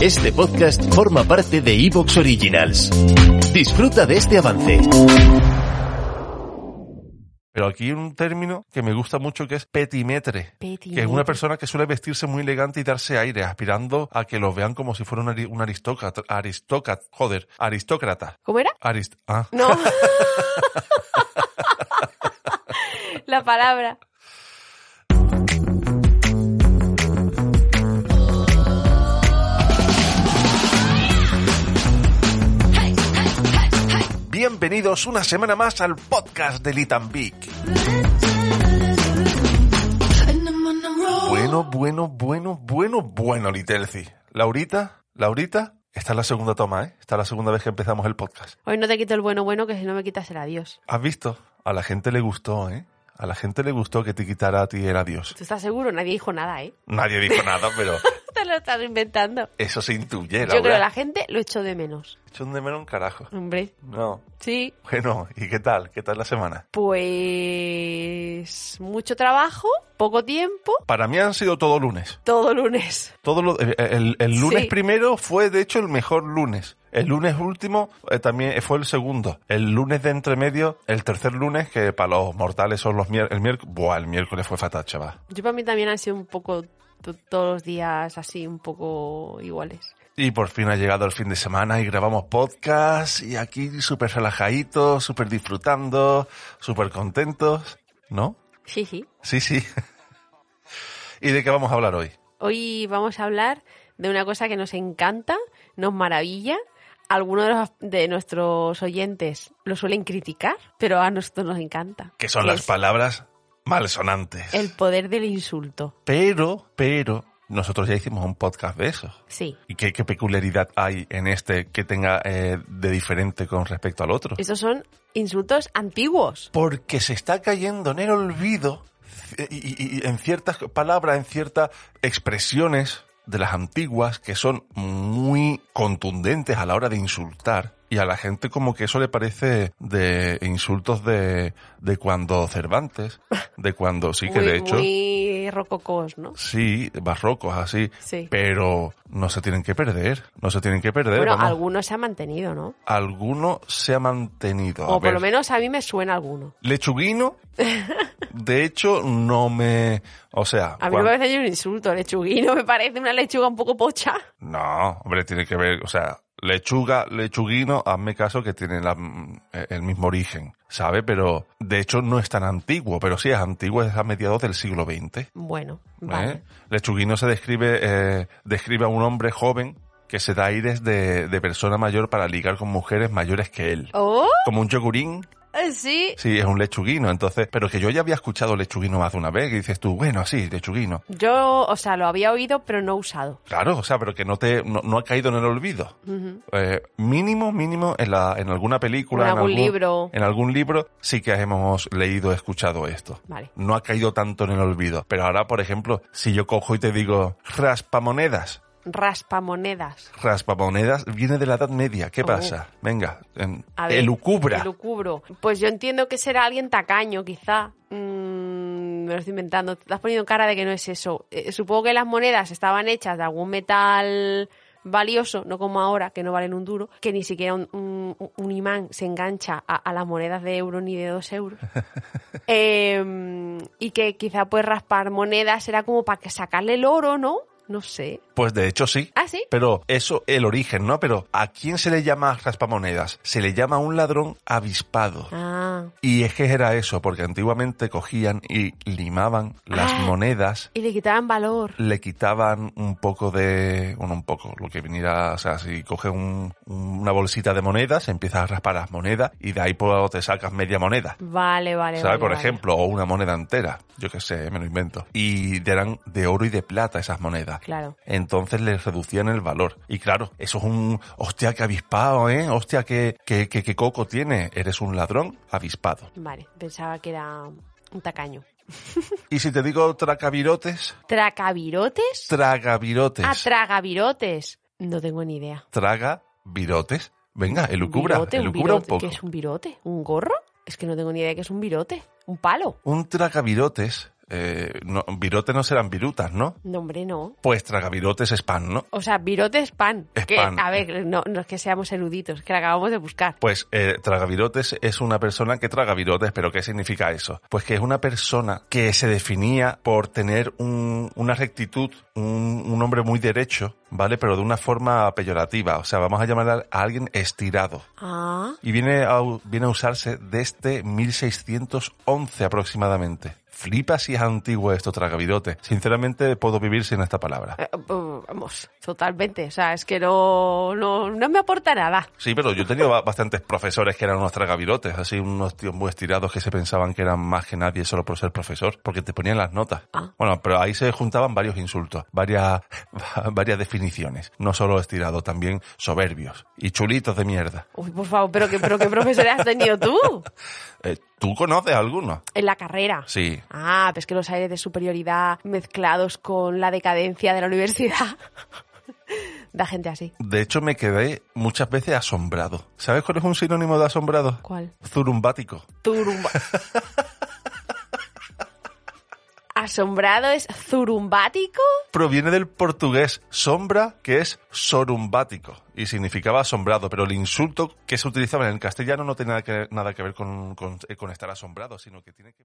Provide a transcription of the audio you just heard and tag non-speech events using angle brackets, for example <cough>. Este podcast forma parte de Evox Originals. Disfruta de este avance. Pero aquí hay un término que me gusta mucho que es petimetre, que es una persona que suele vestirse muy elegante y darse aire, aspirando a que los vean como si fuera un, ari- un aristócrata, aristócrata, joder, aristócrata. ¿Cómo era? Arist ah, No. <laughs> La palabra. Bienvenidos una semana más al podcast de Litan Big. Bueno, bueno, bueno, bueno, bueno, Litelci. Laurita, Laurita, esta es la segunda toma, ¿eh? Esta es la segunda vez que empezamos el podcast. Hoy no te quito el bueno bueno, que si no me quitas el adiós. ¿Has visto? A la gente le gustó, ¿eh? A la gente le gustó que te quitara a ti el adiós. ¿Tú estás seguro? Nadie dijo nada, ¿eh? Nadie dijo nada, pero <laughs> Te lo estás inventando. eso se intuye, Yo creo que la Laura. gente lo echó de menos. Echó un de menos un carajo. Hombre, No. sí. Bueno, ¿y qué tal? ¿Qué tal la semana? Pues mucho trabajo, poco tiempo, Para mí han sido todo lunes. todo lunes. Todo lo- eh, el, el lunes Sí. primero fue, de hecho, el mejor lunes. El lunes último eh, también fue el segundo. El lunes de entremedio, el tercer lunes, que para los mortales son los miércoles. El miércoles, buah, el miércoles fue fatal, chaval. Yo para mí también han sido un poco to- todos los días así, un poco iguales. Y por fin ha llegado el fin de semana y grabamos podcast y aquí súper relajaditos, súper disfrutando, súper contentos, ¿no? Sí, sí. Sí, sí. <laughs> ¿Y de qué vamos a hablar hoy? Hoy vamos a hablar de una cosa que nos encanta, nos maravilla. Algunos de, los- de nuestros oyentes lo suelen criticar, pero a nosotros nos encanta. Que son que las es palabras malsonantes. El poder del insulto. Pero, pero, nosotros ya hicimos un podcast de eso. Sí. ¿Y qué, qué peculiaridad hay en este que tenga eh, de diferente con respecto al otro? Estos son insultos antiguos. porque se está cayendo en el olvido c- y, y- y en ciertas palabras, en ciertas expresiones de las antiguas que son muy contundentes a la hora de insultar y a la gente como que eso le parece de insultos de, de cuando Cervantes, de cuando sí que muy, de hecho muy rococós, ¿no? sí, barrocos así, Sí. pero no se tienen que perder, no se tienen que perder. bueno, vamos. algunos se han mantenido, ¿no? Alguno se ha mantenido. a o por ver. lo menos a mí me suena alguno. Lechuguino, de hecho, no me... O sea... A mí cuan- me parece un insulto, lechuguino, <laughs> me parece una lechuga un poco pocha. No, hombre, tiene que ver... O sea, lechuga, lechuguino, hazme caso que tienen la- mm, el mismo origen, ¿sabe? Pero, de hecho, no es tan antiguo, pero sí es antiguo, es a mediados del siglo XX. ¿eh? Bueno, vale. Lechuguino se describe, eh, describe a un hombre joven que se da aires de, de persona mayor para ligar con mujeres mayores que él. ¡Oh! Como un yogurín eh, Sí. Sí, es un lechuguino, entonces, pero que yo ya había escuchado lechuguino más de una vez, que dices tú, bueno, sí, lechuguino. Yo, o sea, lo había oído, pero no usado. Claro, o sea, pero que no te, no, no ha caído en el olvido. Ujú. Eh, mínimo, mínimo, en la, en alguna película, En algún algún libro. en algún libro, sí que hemos leído, escuchado esto. Vale. No ha caído tanto en el olvido. Pero ahora, por ejemplo, si yo cojo y te digo, raspamonedas, Raspamonedas. raspamonedas viene de la Edad Media, ¿qué Oh. pasa? Venga, en, A ver, elucubra. Elucubro. Pues yo entiendo que será alguien tacaño, quizá. Mm, me lo estoy inventando. Te has ponido cara de que no es eso. Eh, supongo que las monedas estaban hechas de algún metal valioso, no como ahora, que no valen un duro, que ni siquiera un, un- un imán se engancha a, a las monedas de euro ni de dos euros. Eh, y que quizá pues raspar monedas era como para que sacarle el oro, ¿no? No sé. Pues de hecho sí. Ah, sí. Pero eso, el origen, ¿no? Pero ¿a quién se le llama raspamonedas? Se le llama a un ladrón avispado. Ah. Y es que era eso, porque antiguamente cogían y limaban las Ah. monedas, Y le quitaban valor. le quitaban un poco de... Bueno, un poco, lo que viniera... O sea, si coges un- una bolsita de monedas, empiezas a raspar las monedas y de ahí pues, te sacas media moneda. Vale, vale. ¿Sabes? vale, Por vale. ejemplo, o una moneda entera. Yo qué sé, me lo invento. Y eran de oro y de plata esas monedas. moneda. Claro. Entonces le reducían el valor. Y claro, eso es un hostia que avispado, ¿eh? Hostia que, que, que, que coco tiene. Eres un ladrón avispado. Vale, pensaba que era un tacaño. Y si te digo tracavirotes, ¿Tracavirotes? tragavirotes. Ah, tragavirotes. No tengo ni idea. traga virotes. Venga, elucubra, Virote, un elucubra un, virote. poco. ¿Qué es un virote? ¿Un gorro? Es que no tengo ni idea de qué es un virote. ¿Un palo? Un tragavirotes, eh, no, virotes no serán virutas, ¿no? No, hombre, no. Pues tragavirotes es pan, ¿no? O sea, virote es pan. Es Que, pan. A ver, no, no es que seamos eruditos, que la acabamos de buscar. Pues eh, tragavirotes es una persona que traga virotes, pero ¿qué significa eso? Pues que es una persona que se definía por tener un- una rectitud, un, un hombre muy derecho, ¿vale? Pero de una forma peyorativa, o sea, vamos a llamar a a alguien estirado. Ah, Y viene a, u- viene a usarse desde 1611 aproximadamente. Flipa si es antiguo esto, tragavirote. Sinceramente puedo vivir sin esta palabra. eh, eh, vamos, totalmente. O sea, es que no, no, no me aporta nada. Sí, pero yo he tenido ba- bastantes profesores que eran unos tragavirotes, así unos tíos muy estirados que se pensaban que eran más que nadie solo por ser profesor, porque te ponían las notas. Ah. Bueno, pero ahí se juntaban varios insultos, varias, <laughs> varias definiciones, no solo estirado, también soberbios y chulitos de mierda. Uy, por favor, pero qué, pero qué profesores has tenido tú Eh, ¿Tú conoces alguno? en la carrera. Sí. Ah, pues que los aires de superioridad mezclados con la decadencia de la universidad. <laughs> da gente así. De hecho, me quedé muchas veces asombrado. ¿Sabes cuál es un sinónimo de asombrado? ¿Cuál? Zurumbático. Zurumba. Asombrado es zurumbático. proviene del portugués sombra, que es sorumbático, y significaba asombrado, pero el insulto que se utilizaba en el castellano no tiene nada que, nada que ver con, con- eh, con estar asombrado, sino que tiene que...